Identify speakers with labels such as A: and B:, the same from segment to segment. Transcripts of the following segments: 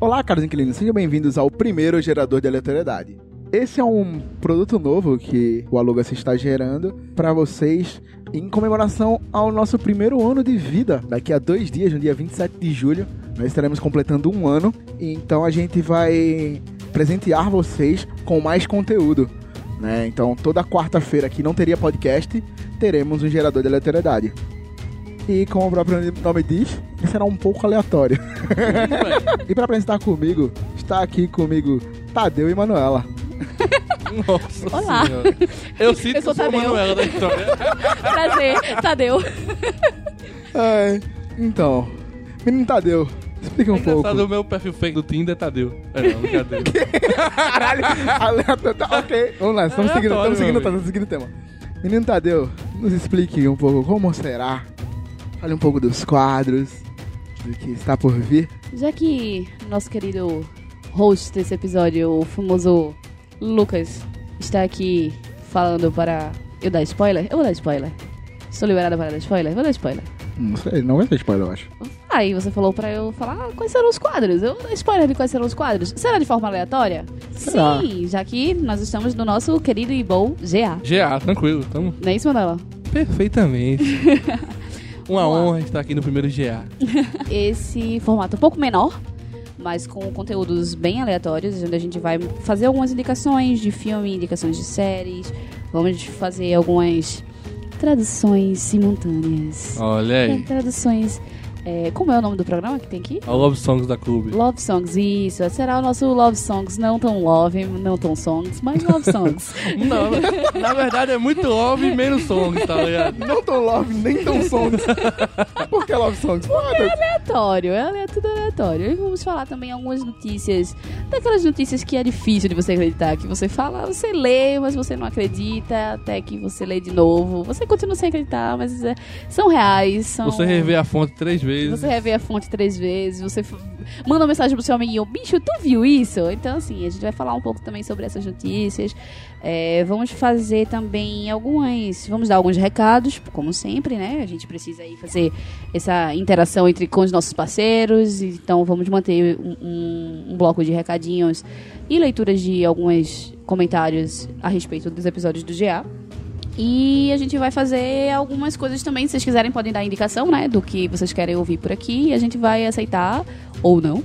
A: Olá, caros inquilinos, sejam bem-vindos ao primeiro gerador de aleatoriedade. Esse é um produto novo que o Aluga se está gerando para vocês em comemoração ao nosso primeiro ano de vida. Daqui a dois dias, no dia 27 de julho, nós estaremos completando um ano. E então a gente vai presentear vocês com mais conteúdo. Né? Então toda quarta-feira que não teria podcast, teremos um gerador de aleatoriedade. E como o próprio nome diz, será um pouco aleatório. e para apresentar comigo, está aqui comigo Tadeu e Manuela.
B: Nossa
C: Olá.
B: Senhora. Eu sinto
C: Eu
B: que eu
C: sou
B: sou a
C: Tadeu.
B: Manuela da história.
C: Prazer, Tadeu.
A: Ai, então, menino Tadeu, explica um
B: É engraçado,
A: pouco.
B: o meu perfil fake do Tinder é Tadeu. É, não, brincadeira.
A: Caralho, aleatório. Tá, ok, vamos lá, estamos
B: É
A: seguindo,
B: aleatório,
A: estamos seguindo, o
B: meu
A: tema, estamos seguindo o tema. Menino Tadeu, nos explique um pouco como será. Fale um pouco dos quadros, do que está por vir.
C: Já que nosso querido host desse episódio, o famoso Lucas, está aqui falando para eu dar spoiler, eu vou dar spoiler. Sou liberada para dar spoiler? Vou dar spoiler.
A: Hum, Não sei, não vai ser spoiler, eu acho.
C: Aí você falou pra eu falar ah, quais serão os quadros. Eu vou dar spoiler de quais serão os quadros. Será de forma aleatória?
A: Será.
C: Sim, já que nós estamos no nosso querido e bom GA.
B: GA, tranquilo. Tamo
C: Não é isso, Manuela?
B: perfeitamente. Uma honra estar aqui no primeiro GA.
C: esse formato um pouco menor, mas com conteúdos bem aleatórios, onde a gente vai fazer algumas indicações de filme, indicações de séries, vamos fazer algumas traduções simultâneas.
B: Olha aí.
C: Traduções. é, como é o nome do programa que tem aqui?
B: Olha o Love Songs da Clube.
C: Love Songs, isso. Será o nosso Love Songs, não tão love, não tão songs, mas Love Songs.
B: Não, na verdade é muito love e menos songs, tá ligado?
A: Não tão love, nem tão songs. por que love songs? Foda-se.
C: aleatório, é tudo aleatório. E vamos falar também algumas notícias, daquelas notícias que é difícil de você acreditar, que você fala, você lê, mas você não acredita, até que você lê de novo. Você continua sem acreditar, mas é, são reais, são...
B: Você revê a fonte três vezes.
C: Você revê a fonte três vezes, você f- manda uma mensagem pro seu amiguinho, bicho, tu viu isso? Então, assim, a gente vai falar um pouco também sobre essas notícias. É, vamos fazer também algumas. Vamos dar alguns recados, como sempre, né? A gente precisa aí fazer essa interação entre com os nossos parceiros. Então, vamos manter um, um- um bloco de recadinhos e leituras de alguns comentários a respeito dos episódios do GA. E a gente vai fazer algumas coisas também. Se vocês quiserem, podem dar indicação, né? Do que vocês querem ouvir por aqui. E a gente vai aceitar, ou não,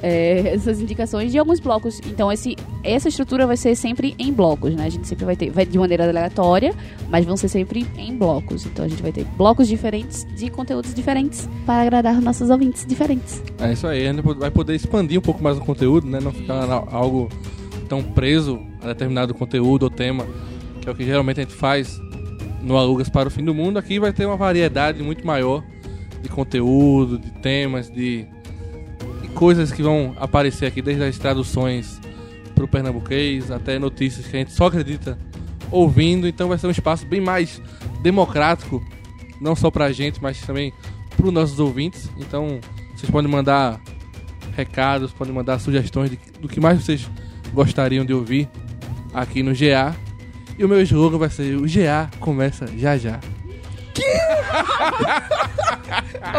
C: é, essas indicações de alguns blocos. Então, esse, essa estrutura vai ser sempre em blocos, né? A gente sempre vai ter, vai de maneira aleatória, mas vão ser sempre em blocos. Então, a gente vai ter blocos diferentes de conteúdos diferentes para agradar nossos ouvintes diferentes.
B: É isso aí, a gente vai poder expandir um pouco mais o conteúdo, né? Não ficar na- algo tão preso a determinado conteúdo ou tema, que é o que geralmente a gente faz no Alugas para o Fim do Mundo. Aqui vai ter uma variedade muito maior de conteúdo, de temas, de, de coisas que vão aparecer aqui, desde as traduções para o pernambuquês até notícias que a gente só acredita ouvindo. Então vai ser um espaço bem mais democrático, não só para a gente, mas também para os nossos ouvintes. Então vocês podem mandar recados, podem mandar sugestões de- do que mais vocês gostariam de ouvir aqui no GA. E o meu slogan vai ser: o GA começa já já.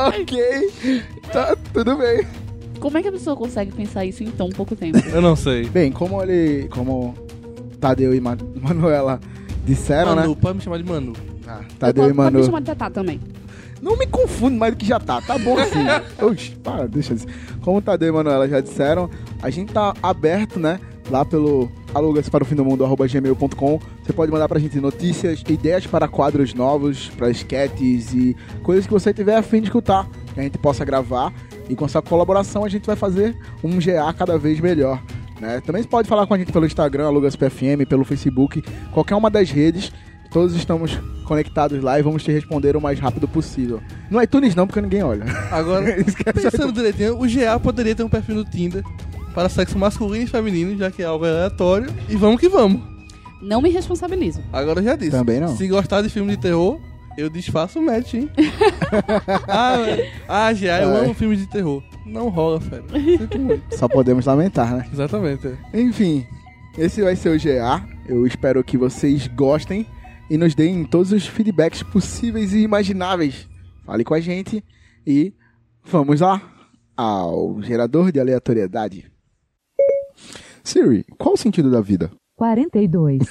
A: ok, tá tudo bem.
C: Como é que a pessoa consegue pensar isso em tão pouco tempo?
B: Eu não sei.
A: Bem, como ele. Como Tadeu e Ma- Manuela disseram,
B: Manu,
A: né?
B: pode me chamar de Manu.
A: Ah, Tadeu
C: pode,
A: e Manu.
C: pode me chamar de Tatá também.
A: Não me confunde mais do que já tá, tá bom assim. Oxi, para, deixa assim. Como Tadeu e Manuela já disseram, a gente tá aberto, né? Lá pelo alugas para o fim do mundo, arroba gmail.com. Você pode mandar pra gente notícias, ideias para quadros novos, para esquetes e coisas que você tiver a fim de escutar, que a gente possa gravar. E com essa colaboração a gente vai fazer um GA cada vez melhor. Né? Também você pode falar com a gente pelo Instagram, alugaspfm, pelo Facebook, qualquer uma das redes. Todos estamos conectados lá e vamos te responder o mais rápido possível. No iTunes não, porque ninguém olha.
B: Agora, pensando direitinho, o GA poderia ter um perfil no Tinder para sexo masculino e feminino, já que é algo aleatório. E vamos que vamos.
C: Não me responsabilizo.
B: Agora eu já disse.
A: Também não.
B: Se gostar de filme de terror, eu desfaço o match, hein? ah, ah, GA, eu
A: Ai.
B: amo filmes de terror. Não rola, fera. Sinto muito.
A: Só podemos lamentar, né?
B: Exatamente.
A: Enfim, esse vai ser o GA. Eu espero que vocês gostem e nos deem todos os feedbacks possíveis e imagináveis. Fale com a gente e vamos lá. ao gerador de aleatoriedade. Siri, qual o sentido da vida?
D: 42.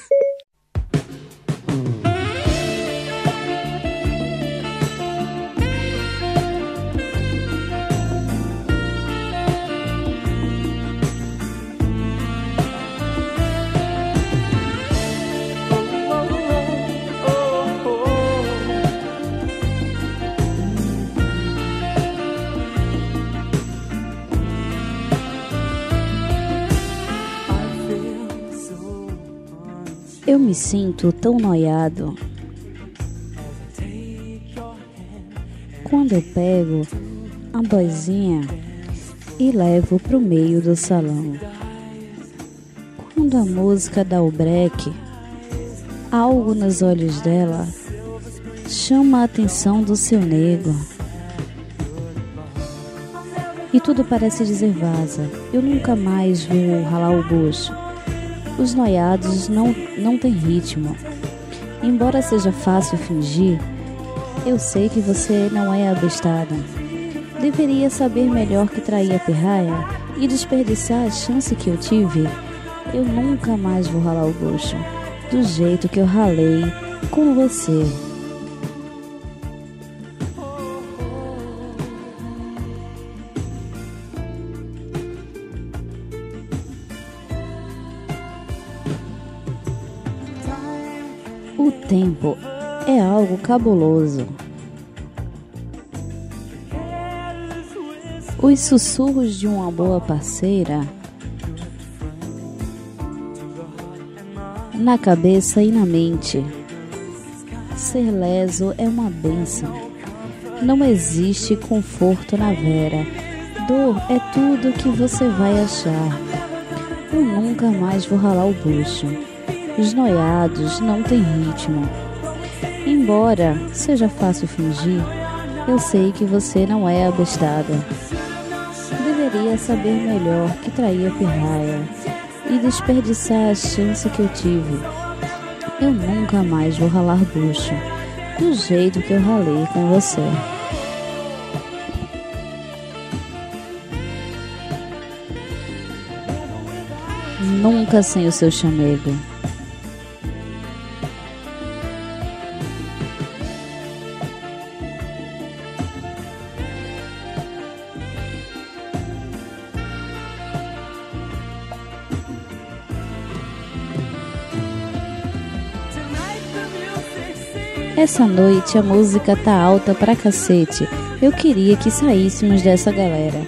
E: Eu me sinto tão noiado. Quando eu pego a boizinha e levo pro meio do salão. Quando a música dá o break, algo nos olhos dela chama a atenção do seu nego. E tudo parece dizer vaza. Eu nunca mais vou ralar o bucho. Os noiados não, não têm ritmo. Embora seja fácil fingir, eu sei que você não é abestada. Deveria saber melhor que trair a pirraia e desperdiçar a chance que eu tive. Eu nunca mais vou ralar o bucho, do jeito que eu ralei com você. O tempo é algo cabuloso. Os sussurros de uma boa parceira na cabeça e na mente. Ser leso é uma benção. Não existe conforto na vera. Dor é tudo que você vai achar. Eu nunca mais vou ralar o bucho. Os noiados não têm ritmo. Embora seja fácil fingir, eu sei que você não é abestada. Deveria saber melhor que trair a pirraia e desperdiçar a chance que eu tive. Eu nunca mais vou ralar bucho, do jeito que eu ralei com você. Nunca sem o seu chamego. Essa noite a música tá alta pra cacete. Eu queria que saíssemos dessa galera.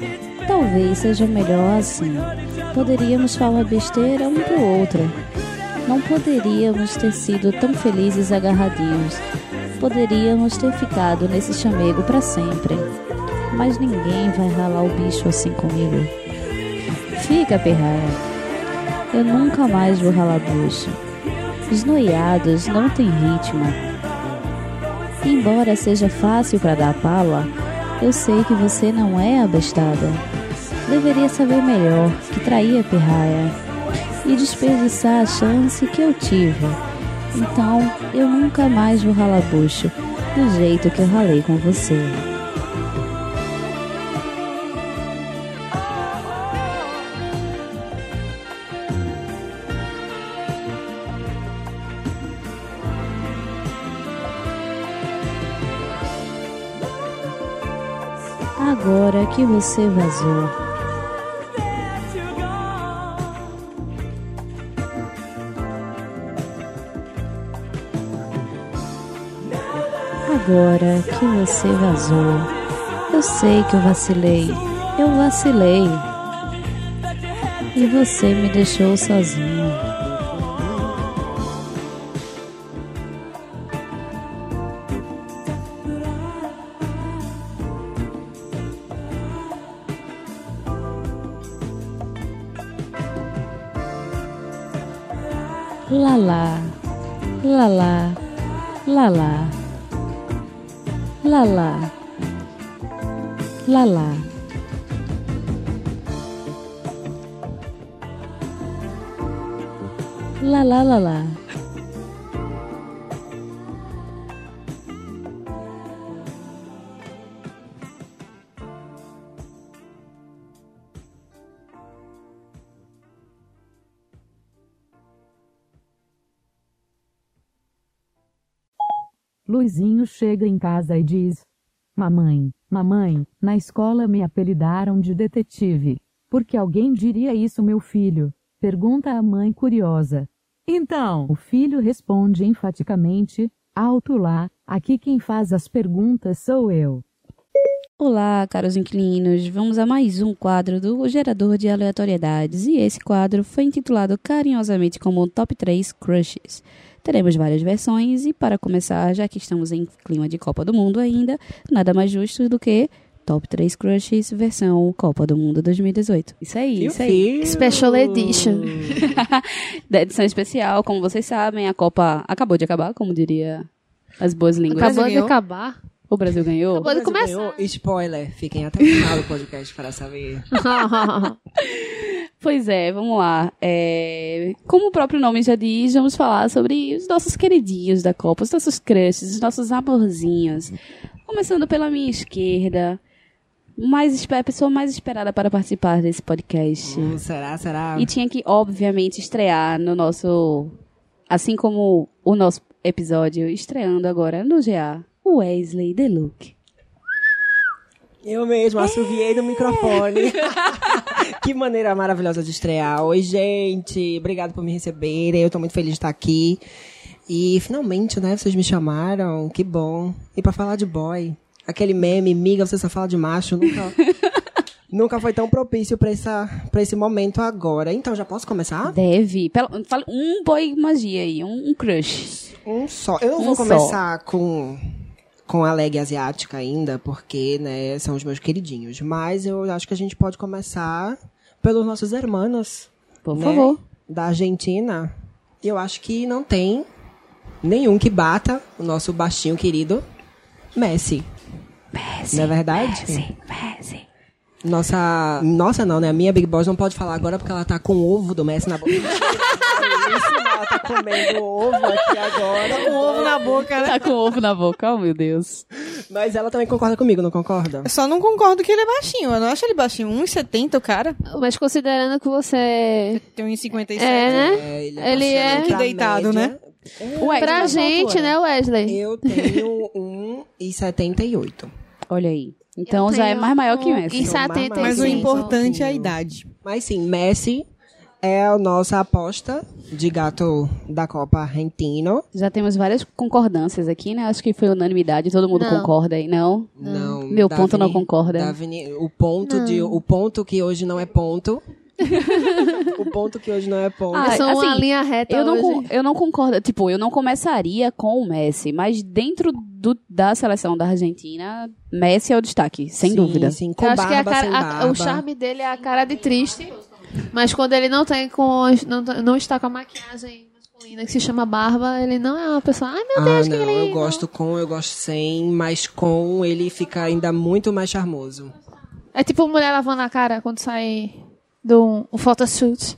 E: Talvez seja melhor assim. Poderíamos falar besteira um pro outro. Não poderíamos ter sido tão felizes agarradinhos. Poderíamos ter ficado nesse chamego pra sempre. Mas ninguém vai ralar o bicho assim comigo. Fica, pirraia. Eu nunca mais vou ralar bucho. Os noiados não têm ritmo. Embora seja fácil para dar pala, eu sei que você não é abestada. Deveria saber melhor que trair a pirraia e desperdiçar a chance que eu tive. Então, eu nunca mais vou ralar bucho do jeito que eu ralei com você. Agora que você vazou. Agora que você vazou, eu sei que eu vacilei. Eu vacilei. E você me deixou sozinho. Lalá, lalá, lalá, lalá, lalá. Lalá, lalá. Luizinho chega em casa e diz: Mamãe, mamãe, na escola me apelidaram de detetive. Por que alguém diria isso, meu filho? Pergunta a mãe curiosa. Então, o filho responde enfaticamente: Alto lá, aqui quem faz as perguntas sou eu.
C: Olá, caros inquilinos. Vamos a mais um quadro do Gerador de Aleatoriedades. E esse quadro foi intitulado carinhosamente como Top 3 Crushes. Teremos várias versões e, para começar, já que estamos em clima de Copa do Mundo ainda, nada mais justo do que Top 3 Crushes versão Copa do Mundo 2018. Isso aí, isso aí. Special Edition. da edição especial, como vocês sabem, a Copa acabou de acabar, como diria as boas línguas.
F: Acabou de
G: ganhou.
F: acabar.
C: O Brasil ganhou.
G: Pode
F: Brasil
G: começar. Spoiler, fiquem até o final do podcast para saber.
C: Pois é, vamos lá. É, como o próprio nome já diz, vamos falar sobre os nossos queridinhos da Copa, os nossos crushes, os nossos amorzinhos. Começando pela minha esquerda, mais, espe- a pessoa mais esperada para participar desse podcast.
G: Hum, será, será?
C: E tinha que, obviamente, estrear no nosso. Assim como o nosso episódio, estreando agora no GA, o Wesley Deluc.
G: Eu mesmo assoviei no microfone. que maneira maravilhosa de estrear. Oi, gente. Obrigado por me receberem. Eu tô muito feliz de estar aqui. E finalmente, né, vocês me chamaram. Que bom. E pra falar de boy, aquele meme, miga, você só fala de macho, nunca Nunca foi tão propício pra essa para esse momento agora. Então já posso começar?
C: Deve. Pelo- fala- Um boy magia aí, um, um crush.
G: Um só. Eu não
C: Um
G: vou
C: só.
G: começar com com a leg asiática ainda, porque, né, são os meus queridinhos. Mas eu acho que a gente pode começar pelos nossos hermanos
C: Por
G: né,
C: favor.
G: da Argentina. Eu acho que não tem nenhum que bata o nosso baixinho querido Messi. Messi. Não é verdade?
C: Messi, Messi.
G: Nossa, nossa não, né? A minha Big Boss não pode falar agora porque ela tá com o ovo do Messi na boca. ela tá comendo ovo aqui
C: Um
G: agora. Com ovo na boca,
C: Tá com ovo na boca, oh meu Deus.
G: Mas ela também concorda comigo, não concorda?
H: Eu só não concordo que ele é baixinho. Eu não acho ele baixinho. 1,70 o cara.
F: Mas considerando que você.
H: Tem 1,57.
F: É, né?
G: É,
F: Ele é-
G: baixinho,
H: Que
G: tá
H: deitado,
G: média.
H: né?
C: Ué, é
F: Pra
C: mas
F: gente,
C: altura.
F: né, Wesley?
G: Eu tenho 1,78.
C: Olha aí. Então já é mais maior que Messi.
F: E
G: Isso.
F: 70
H: Mas o
G: Sim,
H: importante
G: só
H: é a
G: um pouquinho.
H: idade.
G: Mas sim, Messi é a nossa aposta de gato da Copa
F: Ah.
G: Argentino.
C: Já temos várias concordâncias aqui, né? Acho que foi unanimidade, todo mundo
F: Não.
C: concorda aí, não?
G: Não.
C: Meu ponto não
G: Davi-
C: concorda.
G: Davi- o ponto de o ponto que hoje não é ponto. o ponto que hoje não é ponto.
F: Ah,
C: Ai,
F: são uma
C: assim,
F: linha reta
C: Eu não,
F: hoje.
C: con- eu não concordo. Tipo, eu não começaria com o Messi, mas dentro do- da seleção da Argentina, Messi é o destaque, sem
G: Sim,
C: dúvida.
G: Sim, com
F: Eu acho
G: barba,
F: que é a cara-
G: sem
F: a-
G: barba.
F: o charme dele é a cara de triste, mas quando ele não tem com as- não, tá- não está com a maquiagem masculina que se chama barba, ele não é uma pessoa. Ai meu Deus,
G: ah,
F: que
G: não,
F: lindo.
G: eu gosto com, eu gosto sem, mas com ele fica ainda muito mais charmoso.
F: É tipo mulher lavando a cara quando sai do um photoshoot.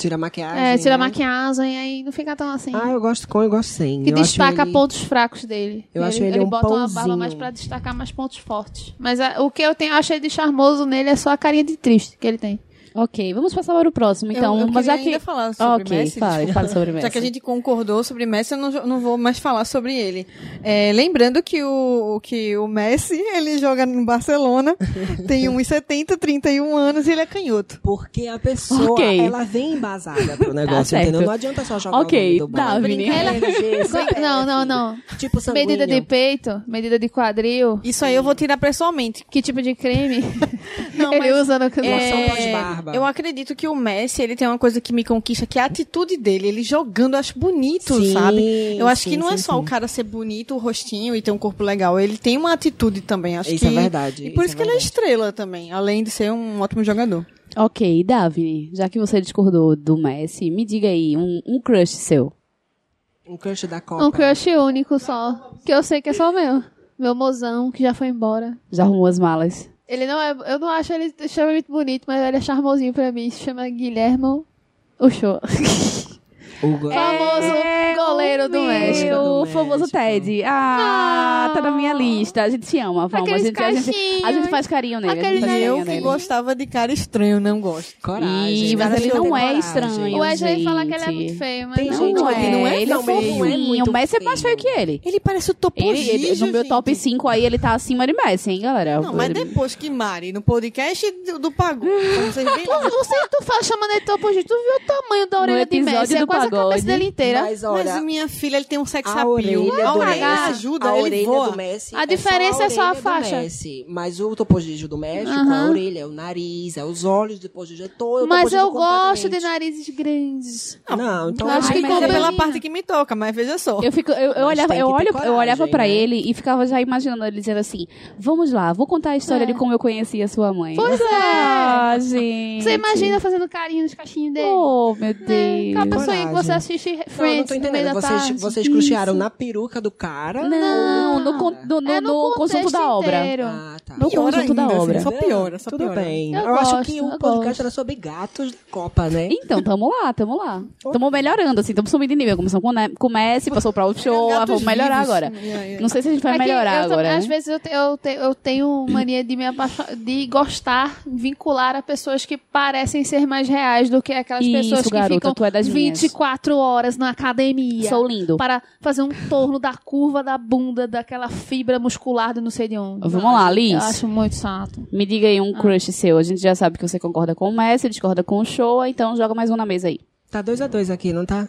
G: Tira a maquiagem.
F: É, tira a
G: né?
F: maquiagem aí não fica tão assim.
G: Ah, eu gosto com, eu gosto sem.
F: que
G: eu acho
F: destaca
G: ele-
F: pontos fracos dele.
G: Eu acho ele
F: ele
G: um
F: bota uma barba
G: pãozinho.
F: mais pra destacar mais pontos fortes. Mas ah, o que eu tenho, achei de charmoso nele é só a carinha de triste que ele tem.
C: Ok, vamos passar para o próximo, então.
H: eu, eu
C: mas já
H: queria
C: que.
H: ainda falar sobre
C: ok,
H: Messi.
C: fala, fala sobre Messi.
H: Já que a gente concordou sobre Messi, eu não, jo- não vou mais falar sobre ele. É, lembrando que o, que o Messi, ele joga no Barcelona, tem 1,70, 31 anos e ele é canhoto.
G: Porque a pessoa,
C: Ok.
G: ela vem embasada pro negócio,
C: certo.
G: entendeu? Não adianta só jogar
C: Ok,
G: o nome do
C: tá,
G: boy.
C: Vini.
F: Ela-
G: LG, CPF,
F: Não, não, não.
G: Tipo sanguíneo.
F: Medida de peito, medida de quadril.
H: Isso aí eu vou tirar pessoalmente.
F: Que tipo de creme
H: Não,
F: ele
H: mas-
F: usa no
G: Moção
H: É,
G: pós-barba.
H: Eu acredito que o Messi, ele tem uma coisa que me conquista, que é a atitude dele. Ele jogando, eu acho bonito,
G: Sim,
H: sabe? Eu acho
G: sim,
H: que não é
G: sim,
H: só
G: sim.
H: o cara ser bonito, o rostinho e ter um corpo legal. Ele tem uma atitude também, acho
G: Isso
H: que...
G: é verdade.
H: E por isso, que ele é
G: verdade.
H: estrela também, além de ser um ótimo jogador.
C: Ok, Davi, já que você discordou do Messi, me diga aí, um, um crush seu.
G: Um crush da Copa.
F: Um crush único só. Que eu sei que é só meu. Meu mozão, que já foi embora.
C: Já arrumou as malas.
F: Ele não é. Eu não acho ele extremamente bonito, mas ele é charmosinho pra mim. Se chama Guilhermo Ochoa.
G: O go-
F: Famoso goleiro do México.
C: O
G: Do
C: famoso
G: México.
C: Ted. Ah,
F: Ah.
C: tá na minha lista. A gente se ama, vamos. A
F: Aqueles
C: gente, a, gente, a gente
F: cachinhos.
C: faz carinho nele. a gente
F: Aquele
G: Tá
C: faz
H: E
F: nariz.
C: carinho
H: eu que
C: nele.
H: gostava de cara estranho, não gosto.
G: Coragem. né?
C: Ih, mas
G: Cara,
C: ele
G: tem
C: não é
G: coragem.
C: estranho.
F: O Wesley fala que ele é
C: gente.
F: muito feio, mas
G: Tem
F: não
G: gente
C: Não
G: que
C: é,
G: não é
C: ele é
G: tão feio.
C: fofinho.
G: Ele é
C: O Messi é
G: muito
C: mais feio que
G: feio.
C: ele.
H: Ele parece o topo
C: Ele, ele- no meu top 5 aí, ele tá acima de Messi, hein, galera?
H: Não, mas depois que Mari, no podcast do, do Pagu, como vocês bem
F: Pô, você tu fala chamando ele topo de tu viu o tamanho da
C: No
F: orelha de
C: episódio
F: Messi? É
C: do
F: quase a
C: pagode.
F: cabeça dele inteira.
G: Mas
H: Mas
G: olha,
H: minha filha, ele tem um sex
G: a
H: appeal.
G: orelha do
H: a
G: Messi,
H: orelha ajuda,
G: a
H: ele
G: orelha
H: voa.
G: do Messi
F: A
G: é
F: diferença é só a
G: orelha do
F: faixa.
G: Messi, mas o topojígio do México é a
F: Aham.
G: orelha, é o nariz, é os olhos do topojígio, é todo o
F: Mas
G: topojígio
F: eu gosto de
G: completamente.
F: narizes grandes.
G: Não, então
F: Acho
C: que
H: Ai, mas é
C: combina.
H: pela parte que me toca, mas veja só.
C: Eu, fico, eu, eu
G: Mas
C: olhava,
G: tem
C: eu,
G: que ter
C: olho, eu
G: coragem,
C: olhava pra
G: né?
C: ele e ficava já imaginando ele dizendo assim: Vamos lá, vou contar a história
F: É.
C: de como eu conheci a sua mãe.
F: Pois é.
C: Ah, gente.
F: Você imagina fazendo carinho nos cachinhos dele?
C: Oh, meu
F: É, Aquela
C: Deus.
F: pessoa aí que
G: Coragem.
F: você assiste
G: Não, eu não
F: Friends
G: tô
F: no meio
G: entendendo.
F: da tarde.
G: Vocês, vocês cruciaram na peruca do cara?
C: Não, no, con- no, no,
F: É
C: no conjunto
F: contexto
C: da obra.
F: inteiro.
G: Ah, tá.
C: No conjunto da obra.
H: assim, Só piora, só
G: Tudo
H: piora.
G: bem.
F: Eu
G: Eu, acho
F: gosto,
G: que
F: eu
G: o podcast
F: gosto.
G: era sobre gatos da Copa, né?
C: Então, tamo lá, tamo lá. Tamo melhorando, assim, tamo subindo de nível. Começamos com, né, com o Messi, passou pra outro show, ah,
H: Gatos
C: vamos melhorar
H: vivos.
C: agora.
H: Yeah, yeah.
C: Não sei se a gente vai
F: É que
C: melhorar
F: eu também,
C: agora.
F: Às
C: né?
F: vezes eu, te- eu, te- eu tenho mania de me apaixonar, de gostar, vincular a pessoas que parecem ser mais reais do que aquelas
C: Isso,
F: pessoas
C: garota,
F: que ficam
C: tu é das minhas.
F: 24 horas na academia.
C: Sou lindo.
F: Para fazer um torno da curva da bunda, daquela fibra muscular do não sei de onde.
C: Vamos lá, Liz.
F: Eu acho muito chato.
C: Me diga aí um crush seu. A gente já sabe que você concorda com o Messi, discorda com o Show, então joga mais um na mesa aí.
G: Tá dois a dois aqui, não tá?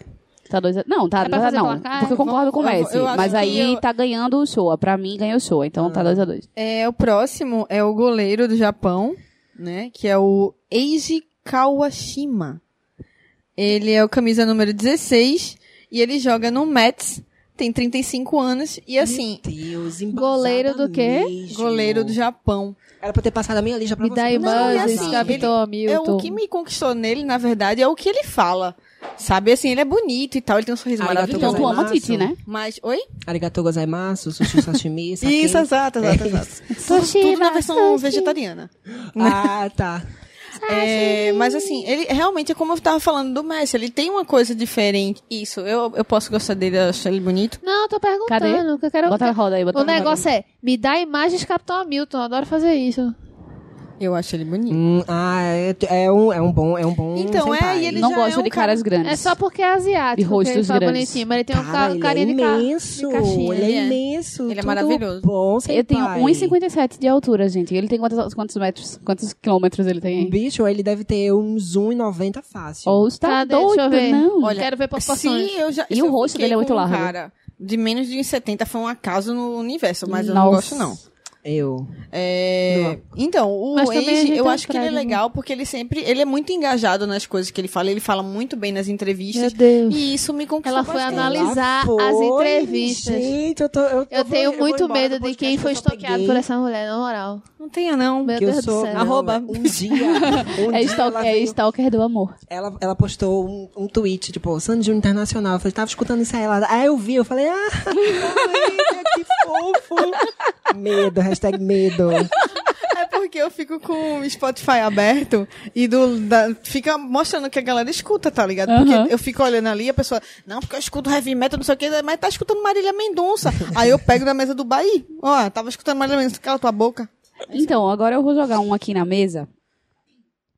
C: Tá dois a... Não, tá,
F: É pra
C: tá-
F: fazer
C: não.
F: placar?
C: Porque eu concordo com o
H: Eu vou-
C: Messi.
H: eu acho
C: Mas
H: que
C: aí
H: eu-
C: tá ganhando o show. Pra mim ganhou o show. Então tá 2 a 2
H: É, o próximo é o goleiro do Japão, né? Que é o Eiji Kawashima. Ele é o camisa número 16 e ele joga no Mets, tem 35 anos e assim,
G: Meu Deus, embasada
F: Goleiro do quê?
G: mesmo.
H: goleiro do Japão.
G: Era pra eu ter passado a minha lista pra
F: Me
G: você.
F: dá
H: Não, e
F: imagens,
H: assim,
G: um
F: Capitão
H: É
F: Hamilton.
H: o que me conquistou nele, na verdade, é o que ele fala. Sabe assim, ele é bonito e tal, ele tem um sorriso
G: Arigato
C: Então
H: maravilhoso.
C: tu ama
G: Gozaimasu.
C: Titi, né?
H: Mas, oi?
G: Arigatou gozaimasu, sushi sashimi, saquei.
H: Isso, exato,
C: É
H: exato, exato. Tudo, tudo na versão vegetariana.
G: Ah, tá.
H: É, mas assim, ele realmente é como eu tava falando do Messi, ele tem uma coisa diferente. Isso, eu, eu posso gostar dele, eu acho ele bonito.
F: Não, eu tô perguntando.
C: Cadê?
F: que eu quero...
C: Bota a roda aí, bota
F: o
C: a roda aí.
F: negócio é, me dá imagens Capitão Hamilton, eu adoro fazer isso.
H: Eu acho ele bonito.
G: Hum, ah, é, é um, é um bom, é um bom
H: Então, é,
G: senpai.
H: e ele
C: Não
H: já
C: gosto
H: é um
C: de caras grandes.
F: É só porque é asiático.
C: E rostos
F: que ele fala
C: grandes.
F: bonitinho, mas ele tem um
G: Cara,
F: ca-
G: ele
F: carinha
G: é
F: de cara.
G: imenso,
F: de caixinha,
G: ele é
H: né?
G: imenso.
H: Ele é
G: tudo
H: maravilhoso.
G: Bom,
C: Eu tenho
F: um
G: senpai.
C: 1,57 de altura, gente. Ele tem quantos, quantos metros? Quantos quilômetros ele tem
G: O
C: aí?
G: bicho, ele deve ter uns 1,90 fácil.
C: Ou está
F: Cadê? Deixa Tá né? eu
C: tá doido,
F: ver.
C: não?
F: Olha, Quero ver proporções.
H: Sim, eu já,
C: E
H: se
C: o
H: eu
C: rosto
H: fiquei
C: dele é muito
H: com um
C: largo.
H: Cara, de menos de 1,70 foi um acaso no universo, mas eu não
C: Nossa.
H: gosto não.
G: Eu.
H: É, Então, o
F: Mas também a
H: Age,
F: gente
H: eu
F: tá
H: acho que ele é
F: atrás, né?
H: legal porque ele sempre, ele é muito engajado nas coisas que ele fala, ele fala muito bem nas entrevistas.
F: Deus.
H: E isso me conquistou
F: Ela foi
H: bastante.
F: analisada. Analisar
G: Ela
F: as
G: foi,
F: entrevistas.
G: Gente, eu tô. Eu,
F: Eu
G: tô-
F: tenho
G: vou
F: muito
G: embora
F: medo
G: do
F: de
G: podcast,
F: quem
G: que
F: foi
G: eu só
F: estoqueado
G: peguei,
F: por essa mulher, na moral.
H: Não tenha não.
F: Meu
G: que eu
F: Deus
G: sou,
F: do céu.
G: não,
H: Arroba.
G: Um dia. Um
C: É,
G: dia
C: stalk-
G: ela,
C: é
G: veio-
C: stalker do amor.
G: ela, ela postou um, um tweet, tipo, Sandy Júnior Internacional. Eu falei, tava escutando isso aí. Ela, ah, eu vi. Eu falei, ah, olha, que fofo. medo, hashtag medo.
H: É porque eu fico com o Spotify aberto e do, da- fica mostrando o que a galera escuta, tá ligado?
C: Aham.
H: Porque eu fico olhando ali e a pessoa, não, porque eu escuto heavy metal, não sei o que, mas tá escutando Marília Mendonça. Aí eu pego da mesa do Bahia. Ó, tava escutando Marília Mendonça, cala tua boca.
C: Então, agora eu vou jogar um aqui na mesa.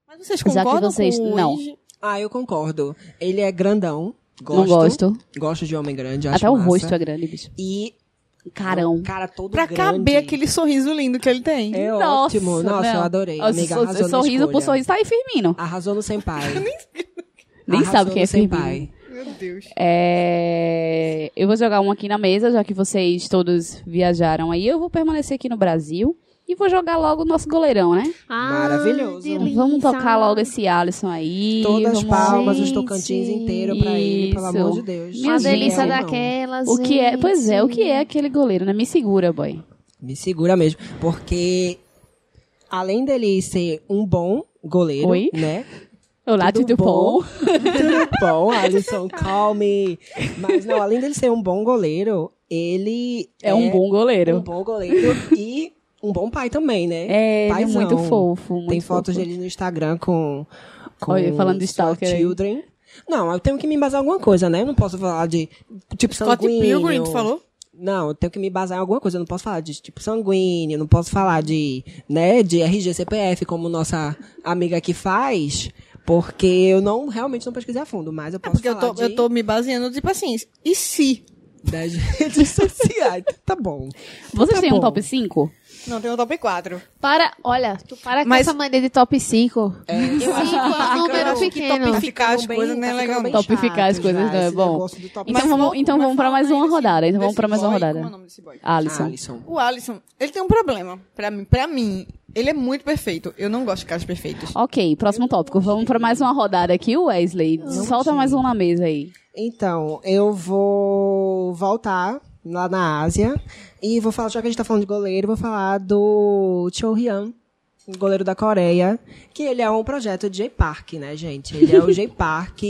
H: Mas vocês
C: Já que
H: concordam
C: vocês-
H: com o
C: não.
H: Luigi?
G: Ah, eu concordo. Ele é grandão. Gosto.
C: Não gosto.
G: Gosto de homem grande, acho
C: Até o
G: massa.
C: rosto é grande, bicho.
G: E
C: Carão.
G: cara todo
H: Pra
G: grande.
H: caber aquele sorriso lindo que ele tem.
G: É ótimo. Nossa, eu adorei.
C: Nossa,
G: Amiga,
C: so-
G: arrasou na
C: sorriso por
G: escolha.
C: sorriso. Tá aí, Firmino.
G: Arrasou no senpai.
C: Nem
G: Arrasou
C: sabe quem
G: no
C: é Firmino.
G: senpai.
H: Meu Deus.
C: É, Eu vou jogar um aqui na mesa, já que vocês todos viajaram aí. Eu vou permanecer aqui no Brasil e vou jogar logo o nosso goleirão, né?
G: Maravilhoso.
C: Vamos tocar logo esse Alisson aí.
G: Todas as
C: vamos...
G: palmas, os
F: Gente.
G: tocantins inteiro pra ele, pelo
C: Isso.
G: amor de Deus. é
C: Minha
F: Uma delícia
C: gente,
F: daquelas.
C: O que é? Pois é, o que é aquele goleiro, né? Me segura, boy.
G: Me segura mesmo, porque além dele ser um bom goleiro,
C: Oi?
G: né?
C: Olá,
G: Tudo
C: Tito
G: bom?
C: Pom.
G: Tudo bom, Alisson, calme. Mas não, além dele ser um bom goleiro, ele
C: É um bom goleiro.
G: um bom goleiro e um bom pai também, né?
C: É, ele é
G: Paizão.
C: muito fofo. Muito
G: Tem fotos
C: fofo.
G: dele no Instagram com. com
C: Olha, falando de
G: sua
C: stalker aí.
G: Children. Não, eu tenho que me embasar em alguma coisa, né? Eu não posso falar de tipo
H: Scott
G: sanguíneo.
H: Pilgrim, tu falou?
G: Não, eu tenho que me basar em alguma coisa. Eu não posso falar de tipo sanguíneo, eu não posso falar de, né, de RGCPF, como nossa amiga aqui faz, porque eu não realmente não pesquisei a fundo, mas eu
H: É
G: posso
H: porque eu
G: falar
H: tô,
G: de,
H: eu tô me baseando, tipo assim, e se?
G: das redes sociais. Tá bom.
C: Vocês
G: Tá
C: têm um
G: bom.
C: top 5?
H: Não, tem o top 4.
F: Para, olha, tu para com
H: Mas-
F: essa mania de top 5.
G: É, eu
F: acho que tá
G: um
F: ficando-
G: número
F: pequeno.
H: Topificar as
G: ficando bem-
H: coisas não é
G: tá
H: legal.
G: ficando bem
H: não.
C: Topificar as
G: chato
C: coisas
G: já,
C: não é
G: esse
C: bom.
G: negócio do top-
C: Então
H: Mas
C: vamos-
H: fala-
C: então
H: mas
C: vamos pra
H: fala
C: mais uma
H: desse-
C: rodada, então vamos
H: desse
C: pra mais uma
H: boy,
C: rodada. Ah,
H: Como é o nome desse boy?
C: Alisson.
G: Ah, Alisson.
H: O Alisson, ele tem um problema. Pra mim, pra mim, ele é muito perfeito. Eu não gosto de caras perfeitos.
C: Ok, próximo tópico. Vamos pra mais uma rodada aqui, Wesley. Solta mais um na mesa aí.
G: Então, eu vou voltar lá na Ásia e vou falar, já que a gente tá falando de goleiro, vou falar do Cho Hyun, goleiro da Coreia, que ele é um projeto de J-Park, né, gente? Ele é o J-Park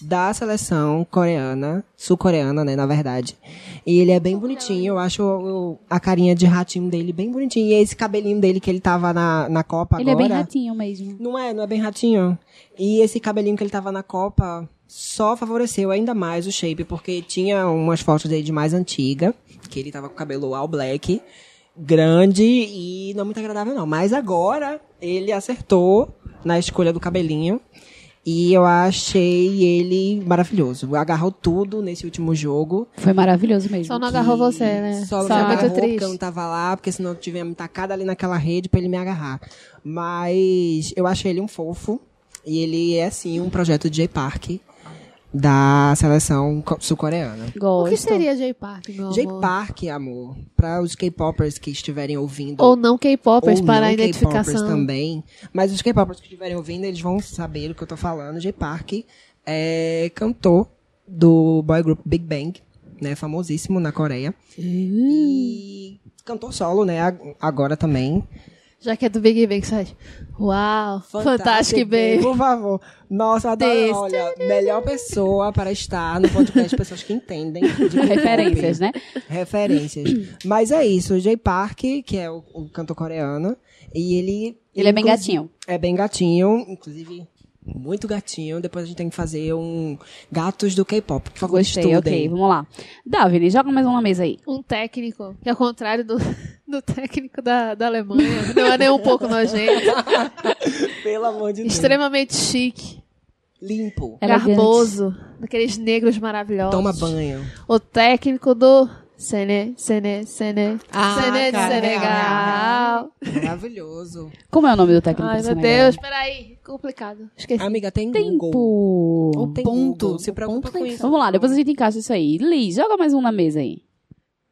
G: da seleção coreana, sul-coreana, né, na verdade. E ele é bem bonitinho, eu acho o- a carinha de ratinho dele bem bonitinho. E é esse cabelinho dele que ele tava na, na Copa
C: Ele é
G: agora.
C: bem ratinho mesmo.
G: Não é, não é bem ratinho. E esse cabelinho que ele tava na Copa só favoreceu ainda mais o shape, porque tinha umas fotos dele de mais antiga, que ele tava com o cabelo all black, grande e não muito agradável não. Mas agora ele acertou na escolha do cabelinho. E eu achei ele maravilhoso. Agarrou tudo nesse último jogo.
C: Foi maravilhoso mesmo.
F: Só não agarrou você, né?
G: Só,
F: Só
G: não me
F: muito
G: agarrou tá porque eu não
F: triste.
G: tava lá, porque senão eu tivesse me tacado ali naquela rede pra ele me agarrar. Mas eu achei ele um fofo. E ele é, sim, um projeto de J-Park da seleção co- sul-coreana.
F: O
C: Gosto.
F: que seria J-Park, meu amor?
G: J-Park, amor, pra os K-Poppers que estiverem ouvindo.
F: Ou não K-popers
G: ou
F: para
G: não
F: a
G: K-poppers
F: identificação.
G: também. Mas os K-Poppers que estiverem ouvindo, eles vão saber do que eu tô falando. J-Park é cantor do boy group Big Bang, né? Famosíssimo na Coreia. E cantor solo, né? ag- Agora também.
F: Já que é do Big Bang, sai. Uau, fantástico, baby.
G: Por favor. Nossa, eu adoro.
F: This.
G: Olha, melhor pessoa para estar no podcast, pessoas que entendem. de K-pop.
C: Referências, né?
G: Referências. Mas é isso, o Jay Park, que é o, o cantor coreano, e ele.
C: Ele é bem
G: inclusive,
C: gatinho.
G: É bem gatinho, inclusive muito gatinho. Depois a gente tem que fazer um Gatos do K-pop. Por favor,
C: Gostei,
G: estudem.
C: ok. Vamos lá. Davine, joga mais um na mesa aí.
F: Um técnico, que ao contrário do, do técnico da, da Alemanha, não é nem um pouco nojento.
G: Pelo amor de Deus.
F: extremamente chique,
G: Limpo.
C: Elegante.
F: garboso, daqueles negros maravilhosos.
G: Toma banho.
F: O técnico do Sene, Sene, Sene,
H: Ah,
F: Sene é de
H: cara,
G: é
F: Senegal.
G: Maravilhoso.
C: Como é o nome do técnico?
F: Ai,
C: do
F: meu
C: Senegal?
F: Deus, peraí, complicado. Esqueci.
G: Amiga, tem Google.
C: Tempo.
G: Tem
H: ponto.
G: Google. Se preocupa
H: Ponto
G: com
H: tem
G: isso.
C: Vamos lá, depois a gente encaixa isso aí. Liz, joga mais um na mesa aí.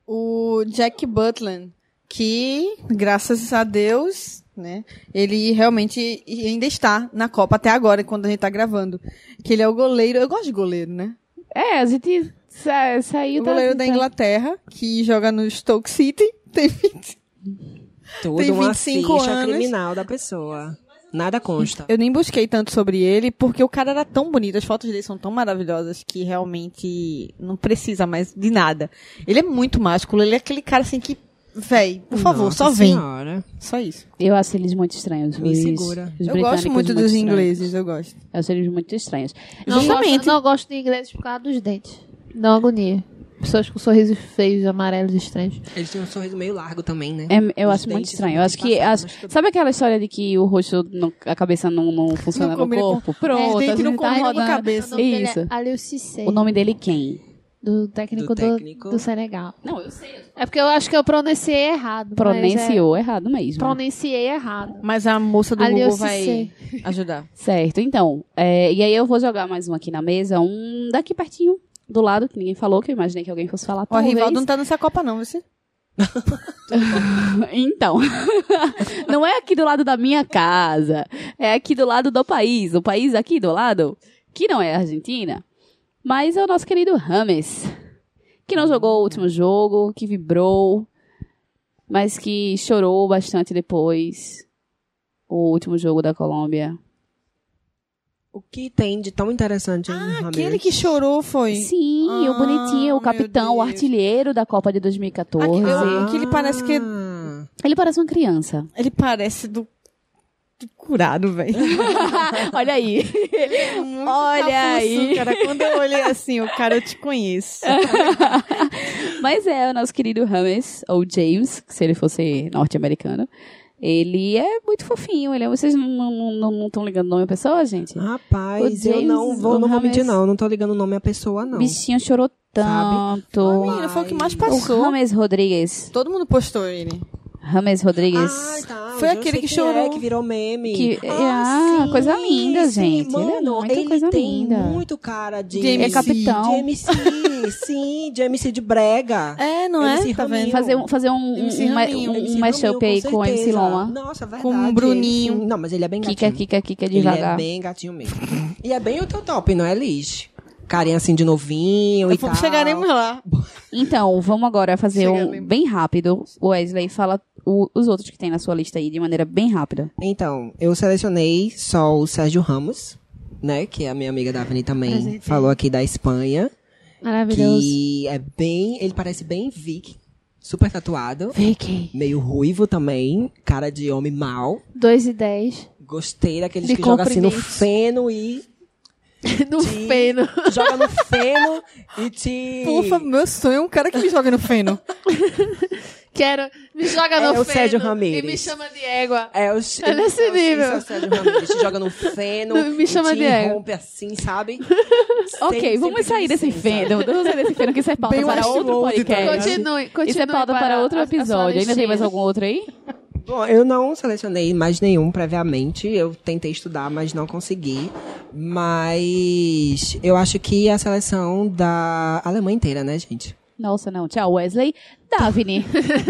H: O Jack Butland, que, graças a Deus, né, ele realmente ainda está na Copa até agora, quando a gente tá gravando. Que ele é o goleiro, eu gosto de goleiro, né?
C: É, a gente sa-
H: o
C: saiu
H: goleiro da Inglaterra, que joga no Stoke City, tem 20.
G: Tudo
H: Tem
G: uma
H: 25
G: ficha
H: anos.
G: criminal da pessoa. Nada consta.
H: Eu nem busquei tanto sobre ele, porque o cara era tão bonito, as fotos dele são tão maravilhosas que realmente não precisa mais de nada. Ele é muito másculo, ele é aquele cara assim que, véi, por favor,
G: Nossa
H: só vem.
G: Senhora.
H: Só isso.
C: Eu acho eles muito estranhos.
G: Me
C: os-
G: segura.
C: os
H: eu gosto
C: britânicos
H: muito dos
C: estranhos.
H: ingleses, eu gosto.
C: Eu acho eles muito estranhos.
F: Não
H: Justamente.
F: Gosto, não gosto de inglês por causa dos dentes. Dá uma agonia. Pessoas com sorrisos feios, amarelos, estranhos.
G: Eles têm um sorriso meio largo também, né?
C: É, eu
G: Os
C: acho muito
G: dentes
C: estranho.
G: são
C: Eu acho que.
G: espaçados,
C: acho-
G: mas tudo
C: sabe aquela história de que o rosto, não- a cabeça não, não funciona no
H: combina com-
C: corpo? Pronto,
H: Os
C: a
H: dentes
C: gente
H: não
C: tá
H: combinam com a
C: rodando.
F: O
H: cabeça.
F: nome dele
C: Isso.
F: é Aliou Cissé,
C: O nome dele é quem?
F: do técnico
G: Do
F: do,
G: técnico.
F: do Senegal.
C: Não, eu sei.
F: É porque eu acho que eu pronunciei errado. mas
C: Pronunciou errado
F: é-
C: mesmo.
F: pronunciei errado.
H: Mas a moça do
F: Aliou
H: Google vai
F: Cissé.
H: ajudar.
C: Certo, então. é, e aí eu vou jogar mais um aqui na mesa, um daqui pertinho, do lado, que ninguém falou, que eu imaginei que alguém fosse falar.
H: Ó, O
C: talvez.
H: Rivaldo não tá nessa Copa não, você?
C: Então, não é aqui do lado da minha casa, é aqui do lado do país, o país aqui do lado, que não é a Argentina, mas é o nosso querido Rames, que não jogou o último jogo, que vibrou, mas que chorou bastante depois, o último jogo da Colômbia.
G: O que tem de tão interessante em ah,
H: Aquele que chorou foi...
C: Sim, o
H: Ah,
C: bonitinho,
H: meu
C: o capitão, o
H: Deus.
C: artilheiro da Copa de 2014. é
G: Ah.
H: Aquele- que ele parece que-
C: Ele parece uma criança.
H: Ele parece do curado, velho.
C: Olha aí.
H: É Muito
C: Olha
H: cafuço,
C: aí.
H: Cara, quando eu olhei assim, o cara, eu te conheço.
C: Mas é, o nosso querido James, ou James, que se ele fosse norte-americano, ele é muito fofinho. Ele é... Vocês não estão não, não tão ligando o nome à pessoa, gente?
G: Rapaz,
C: O
G: eu não
C: James
G: vou, não vou
C: Hammers.
G: mentir, não. Não tô ligando o nome à pessoa, não.
C: Bichinho chorou tanto.
H: Menina, foi o que mais
C: O
H: passou.
C: James Rodrigues.
H: Todo mundo postou ele.
C: James Rodrigues.
G: Ah, tá.
H: Foi
G: eu já
H: aquele
G: sei quem
H: que chorou.
G: É, que virou meme.
C: Que,
G: Ah,
C: ah,
G: sim,
C: coisa linda,
G: sim,
C: gente. ele é
G: Mano,
C: muita coisa
G: tem
C: linda.
G: muito cara de...
H: De
C: Ele é
H: MC.
G: De
C: capitão.
G: MC, sim, de MC de brega.
H: É, não
G: Ele se
H: é? Tá
G: reuniu.
H: vendo?
C: Fazer um, fazer um,
H: MC
C: um,
H: Raminho.
C: um,
G: MC
C: um mashup aí
G: Raminho,
C: com o MC
G: certeza.
C: Loma.
G: Nossa, verdade.
H: Com o Bruninho.
G: Sim. Não, mas ele é bem
C: Kika,
G: gatinho.
C: kika, kika
G: Ele é
C: devagar.
G: bem gatinho mesmo. e é bem o teu top, não é, Liz? Carinha assim de novinho e tal.
H: Vamos- Chegaremos lá.
C: Então, vamos agora fazer
H: Chega,
C: um
H: lembra.
C: bem rápido. O Wesley fala o- os outros que tem na sua lista aí de maneira bem rápida.
G: Então, eu selecionei só o Sérgio Ramos, né? Que a minha amiga Daphne também
H: Presente.
G: falou aqui da Espanha.
F: Maravilhoso.
G: Que é bem... Ele parece bem Vic. Super tatuado.
C: Vicky.
G: Meio ruivo também. Cara de homem mau.
F: 2 e 10.
G: Gostei daqueles
F: De
G: que jogam assim no
F: comprimento.
G: feno e...
F: No
G: te-
F: feno.
G: Joga no feno e te...
H: Pufa, meu sonho é um cara que me joga no feno.
F: Quero. Me joga no
G: É o
F: feno.
G: Sérgio
F: E me
G: Ramírez.
F: chama de égua.
G: É, os,
F: É nesse
G: é os-
F: nível.
G: esse é o Sérgio Ramirez. Te joga no feno.
F: Não, me
G: e
F: chama
G: te
F: de ego.
G: rompe assim, sabe?
C: Ok,
G: Sem-
C: vamos
G: sempre
C: sair desse
G: licença.
C: feno. Vamos sair desse feno que isso é pauta
H: Bem
C: para outro
H: Westworld, tá
C: podcast.
F: Continue, continue.
C: Isso é pauta para outro
F: a- a sua
C: episódio. Ainda tem mais
F: listinha.
C: algum outro aí?
G: Bom, eu não selecionei mais nenhum previamente. Eu tentei estudar, mas não consegui. Mas eu acho que a seleção da Alemanha inteira, né, gente?
C: Nossa, não. Tchau, Wesley. Daphne,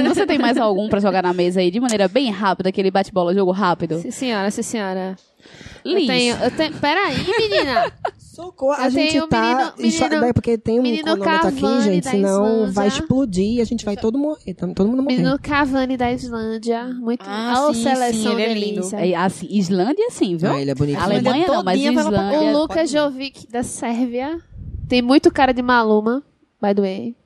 C: você tem mais algum pra jogar na mesa aí de maneira bem rápida, aquele bate-bola, jogo rápido?
F: Sim, senhora, sim, senhora.
C: Liz.
F: Eu tenho, eu tenho, peraí, menina.
G: Socorro, a
F: Eu
G: gente
F: tenho um
G: tá.
F: menino-
G: isso-
F: menino-
G: é porque tem um
F: menino
G: cronômetro aqui,
F: Cavani
G: gente,
F: da
G: senão vai
F: Islândia.
G: explodir e a gente vai todo morrer. tam- Todo mundo morrer.
F: Menino Cavani da Islândia. Muito
H: Ah,
F: Ó,
H: sim,
F: seleção
H: sim, ele é
F: delícia.
C: É, assim, Islândia sim, viu?
G: Ah, ele é bonito.
H: Islândia
C: Alemanha não, mas
H: todinha vai lá pra-
C: Islândia...
F: O Lucas Jovic da Sérvia. Tem muito cara de Maluma, by the way.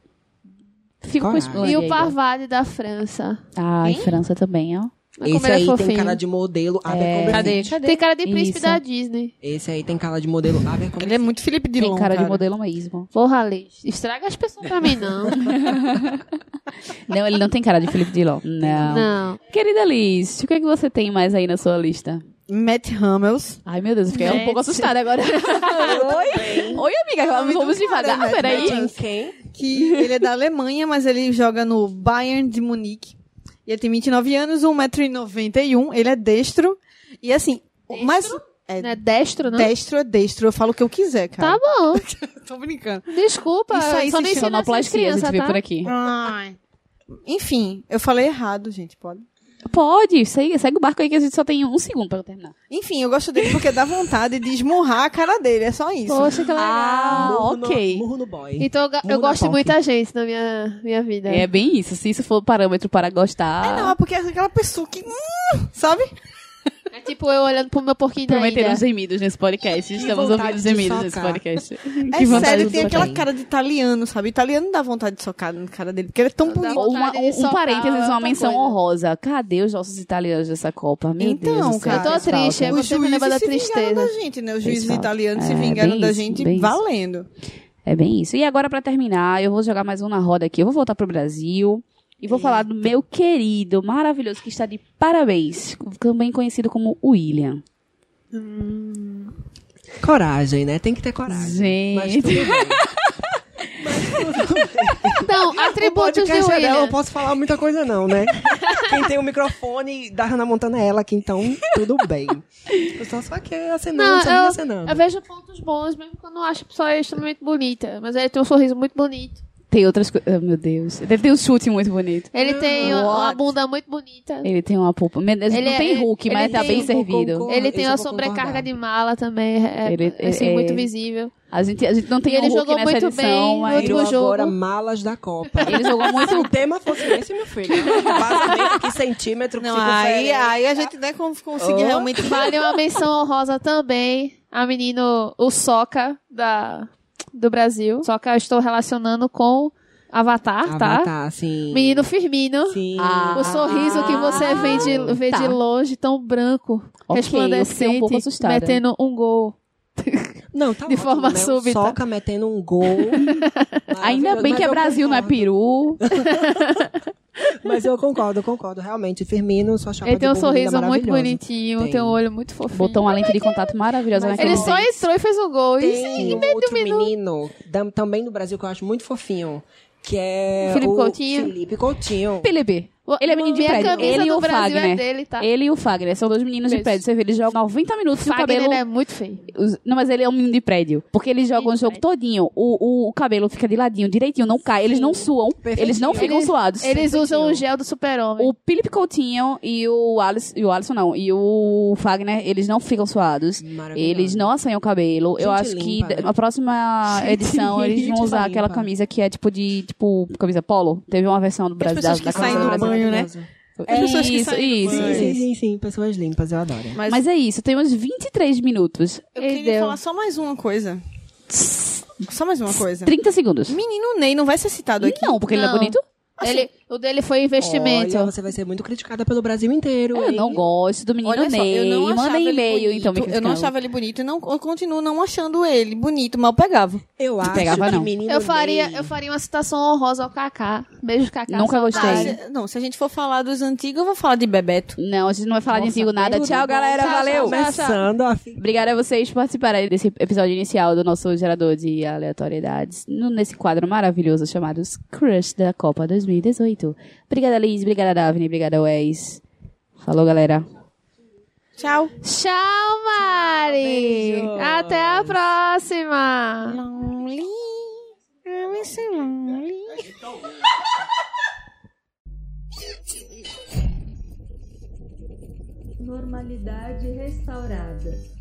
C: Fico com
G: Caralho.
C: Islândia.
F: E o
C: aí,
F: Parvati da França.
C: ó. Ai, França também, ó.
F: Olha como
G: Esse
F: ele é
G: aí tem
F: fofinho. É.
G: cara de modelo
C: É,
G: Abercrombie
H: Cadê?
G: Fitch.
H: Cadê?
F: Tem cara de príncipe
C: Isso.
F: da Disney.
G: Esse aí tem cara de modelo Abercrombie
H: Ele é muito Felipe
C: Tem
H: Dilon,
C: cara, de modelo mesmo.
F: Porra, Liz. Estraga as pessoas pra mim, não.
C: Não, ele não tem cara de Felipe Dilon. Não.
F: não.
C: Querida Liz, o que é que você tem mais aí na sua lista?
H: Matt Hamels.
C: Ai, meu Deus, eu fiquei um
F: Gente.
C: pouco assustada agora. Oi? Oi, amiga,
H: Nome do
C: vamos
H: Tá cara,
C: devagar,
H: né?
C: peraí.
H: Matt Hamels.
G: Quem?
H: que ele é da Alemanha, mas ele joga no Bayern de Munique. E ele tem 29 anos, 1,91m, ele é destro. E assim, mas é,
F: Não é destro, não?
H: destro é destro, eu falo o que eu quiser, cara.
F: Tá bom.
H: Tô brincando.
F: Desculpa.
H: Isso aí
F: só
H: se
F: não ensino
H: chama
F: essas
C: Sonoplastia, a gente
F: crianças,
C: vê
F: tá?
C: por aqui.
H: Enfim, eu falei errado, gente, pode.
C: Pode, segue, segue o barco aí que a gente só tem um segundo pra terminar.
H: Enfim, eu gosto dele porque dá vontade de esmurrar a cara dele, é só isso.
F: Poxa, que legal.
C: Ah,
G: Murro no-
C: ok.
G: murro no boy.
F: Então eu, ga- eu
G: Muda
F: gosto de
G: a pauta.
F: muita gente na minha, minha vida.
C: É bem isso, se isso for parâmetro para
H: É
C: gostar.
H: não, é porque é aquela pessoa que, hum, sabe?
F: É tipo eu olhando pro meu porquinho da ilha.
C: Prometeram os gemidos nesse podcast. Estamos
G: vontade
C: ouvindo
G: de
C: gemidos nesse
G: socar.
C: podcast.
H: É sério,
G: do
H: tem aquela
G: bem.
H: cara de italiano, sabe? Italiano dá vontade de socar na cara dele, porque ele é tão bonito.
C: Ou uma-
F: vontade de
C: um
F: socar,
C: parênteses, uma
F: outra
C: menção
F: coisa.
C: honrosa. Cadê os nossos italianos dessa Copa? Meu
H: Então,
C: Deus do céu,
H: cara. Eu tô
C: que falta.
F: triste, é-
H: Os
F: você me lembra
H: juízes
F: da
H: se vingaram
F: tristeza.
H: da gente, né? Os
C: Eles
H: juízes
C: falam.
H: italianos se
C: É,
H: vingaram
C: bem
H: da
C: isso,
H: gente
C: bem isso.
H: valendo.
C: É bem isso. E agora, pra terminar, eu vou jogar mais um na roda aqui. Eu vou voltar pro Brasil e vou falar do meu querido, maravilhoso, que está de parabéns, também conhecido como William.
G: Coragem, né? Tem que ter coragem. Mas tudo
C: Gente,
G: bem.
F: Então, atributos de
G: Podcast é dela, eu não
F: William.
G: posso falar muita coisa não, né? Quem tem o microfone da Hannah Montana é ela aqui, então tudo bem. Eu só só que acenando,
F: Não,
G: só liga
F: eu-
G: acenando.
F: Eu vejo pontos bons, mesmo quando eu acho a pessoa extremamente bonita. Mas ele tem um sorriso muito bonito.
C: tem outras coisas. meu Deus. Ele tem um chute muito bonito.
F: Ele tem uma, uma
H: what?
F: bunda muito bonita.
C: Ele tem uma polpa. Meu Deus,
F: Ele
C: não
F: é-
C: tem
F: ele-
C: Hulk, mas
F: ele
C: tá
F: tem
C: bem
F: um
C: servido.
G: cocô.
F: Ele
G: Isso
F: tem
G: eu
F: uma
G: vou
F: sobrecarga
G: concordar.
F: de mala também, é,
C: Ele-
F: assim,
C: é-
F: muito visível.
C: A gente, a gente não tem
F: E ele
C: um Hulk
F: jogou
C: nessa
F: muito
C: edição,
F: bem no
C: mas
F: último
G: Virou agora
F: jogo.
G: malas da Copa.
C: ele jogou muito
G: Se o tema fosse esse, meu filho, vazamento que centímetro,
H: Não,
G: que né?
H: aí,
G: circunferência.
H: aí a gente né, não conseguir
G: Oh.
H: realmente...
F: Vale uma menção honrosa também. A menino, o Soca da, do Brasil. Soca eu estou relacionando com Avatar, tá?
G: Avatar, Ah, sim.
F: Menino Firmino.
G: Sim.
C: Ah.
F: O sorriso que você vê de, vê
C: Tá.
F: de longe, tão branco,
C: Ok, eu fiquei um
F: resplandecente,
C: pouco assustada.
F: metendo um gol.
G: Não, tá
F: de
G: ótimo,
F: forma
G: né? O
F: súbita.
G: Soca metendo um gol.
C: Ainda bem
G: Mas
C: que é
G: eu
C: Brasil, não é
G: concordo.
C: Peru.
G: Mas eu concordo, eu concordo. Realmente, Firmino,
C: Tá
G: sua chapa
F: Ele tem um
G: de gol, linda,
F: sorriso muito
G: maravilhosa.
F: bonitinho, tem.
G: Tem.
F: um olho muito fofinho.
C: Botou uma lente de contato maravilhosa
G: Mas
C: naquele
F: Ele só
C: desenho.
F: entrou e fez o gol.
G: Tem
F: Isso
C: é,
F: aí.
G: um
C: né,
G: outro menino, da- também do Brasil, que eu acho muito fofinho. Que é
F: Felipe
G: o
F: Coutinho?
G: Felipe Coutinho.
C: Felipe. Ele é menino de
F: Minha
C: prédio.
F: camisa
C: Ele e
F: do
C: o
F: Brasil
C: Fagner.
F: é dele, tá?
C: Ele e o Fagner são dois meninos de
F: Beijo.
C: prédio. Você vê, eles jogam 90 minutos e o
F: Fagner
C: cabelo.
F: é muito feio.
C: os- Não, mas ele é um menino de prédio. Porque eles jogam o jogo todinho. O, o, o cabelo fica de ladinho, direitinho, não cai. Eles não suam. Eles não ficam
F: Eles-
C: suados.
F: Eles usam o gel do super-homem.
C: O Felipe Coutinho e o Alisson, e o Alisson não, e o Fagner, eles não ficam suados.
G: Maravilhoso.
C: Eles não assanham o cabelo. Eu
G: Gente
C: acho
G: limpa,
C: que
G: né?
C: na próxima
G: Gente
C: edição eles vão
G: limpa.
C: usar aquela camisa que é tipo de, tipo, camisa polo. Teve uma versão do Brasil da,
H: pessoas
C: da
G: Ah,
H: que saem
C: camisa
H: do
C: do Brasil.
H: banho. né?
G: Maravilhosa.
H: As pessoas
C: isso,
H: que saem do
C: isso,
H: banho.
G: é Sim, sim,
C: isso.
G: sim, sim. Pessoas limpas, eu adoro.
H: Mas
C: Mas é isso, temos 23 minutos.
H: eu
F: Ei,
H: queria
F: Deus.
H: falar só mais uma coisa. Só mais uma coisa.
C: 30 segundos.
H: Menino Ney não vai ser citado aqui.
C: Não, porque ele é
F: Não.
C: bonito.
F: Ele- o dele foi investimento.
G: Assim, Olha, você vai ser muito criticada pelo Brasil inteiro.
C: É, Eu
G: hein?
C: não gosto do menino
H: Olha só, eu
C: Ney.
H: não achava
C: Manda
H: ele
C: e-mail,
H: bonito,
C: então me
H: Eu não
C: criticando.
H: achava ele bonito e não, eu continuo não achando ele bonito, mal pegava.
G: Eu acho
C: pegava,
G: que
C: não.
G: menino
F: eu, faria,
G: Ney-
F: eu faria uma citação honrosa ao Kaká. Beijo, Kaká.
C: Nunca
F: saudade.
C: gostei.
H: Ah, se- não, se a gente for falar dos antigos, eu vou falar de Bebeto.
C: Não, a gente não vai falar de antigo nada.
G: eu
C: Tchau,
G: não
C: galera.
F: gosto.
C: Valeu!
H: Tá
F: Tchau, tchau.
G: Começando a fi-
C: Obrigada a vocês por participarem desse episódio inicial do nosso gerador de aleatoriedades, no- nesse quadro maravilhoso chamado Os Crush da Copa 2018. Obrigada, Liz. Obrigada, Daphne. Obrigada, Wes. Falou, galera.
H: Tchau.
F: Tchau, Mari.
G: beijos.
F: Até a próxima.
H: Lonely. I'm so lonely.
I: Normalidade restaurada.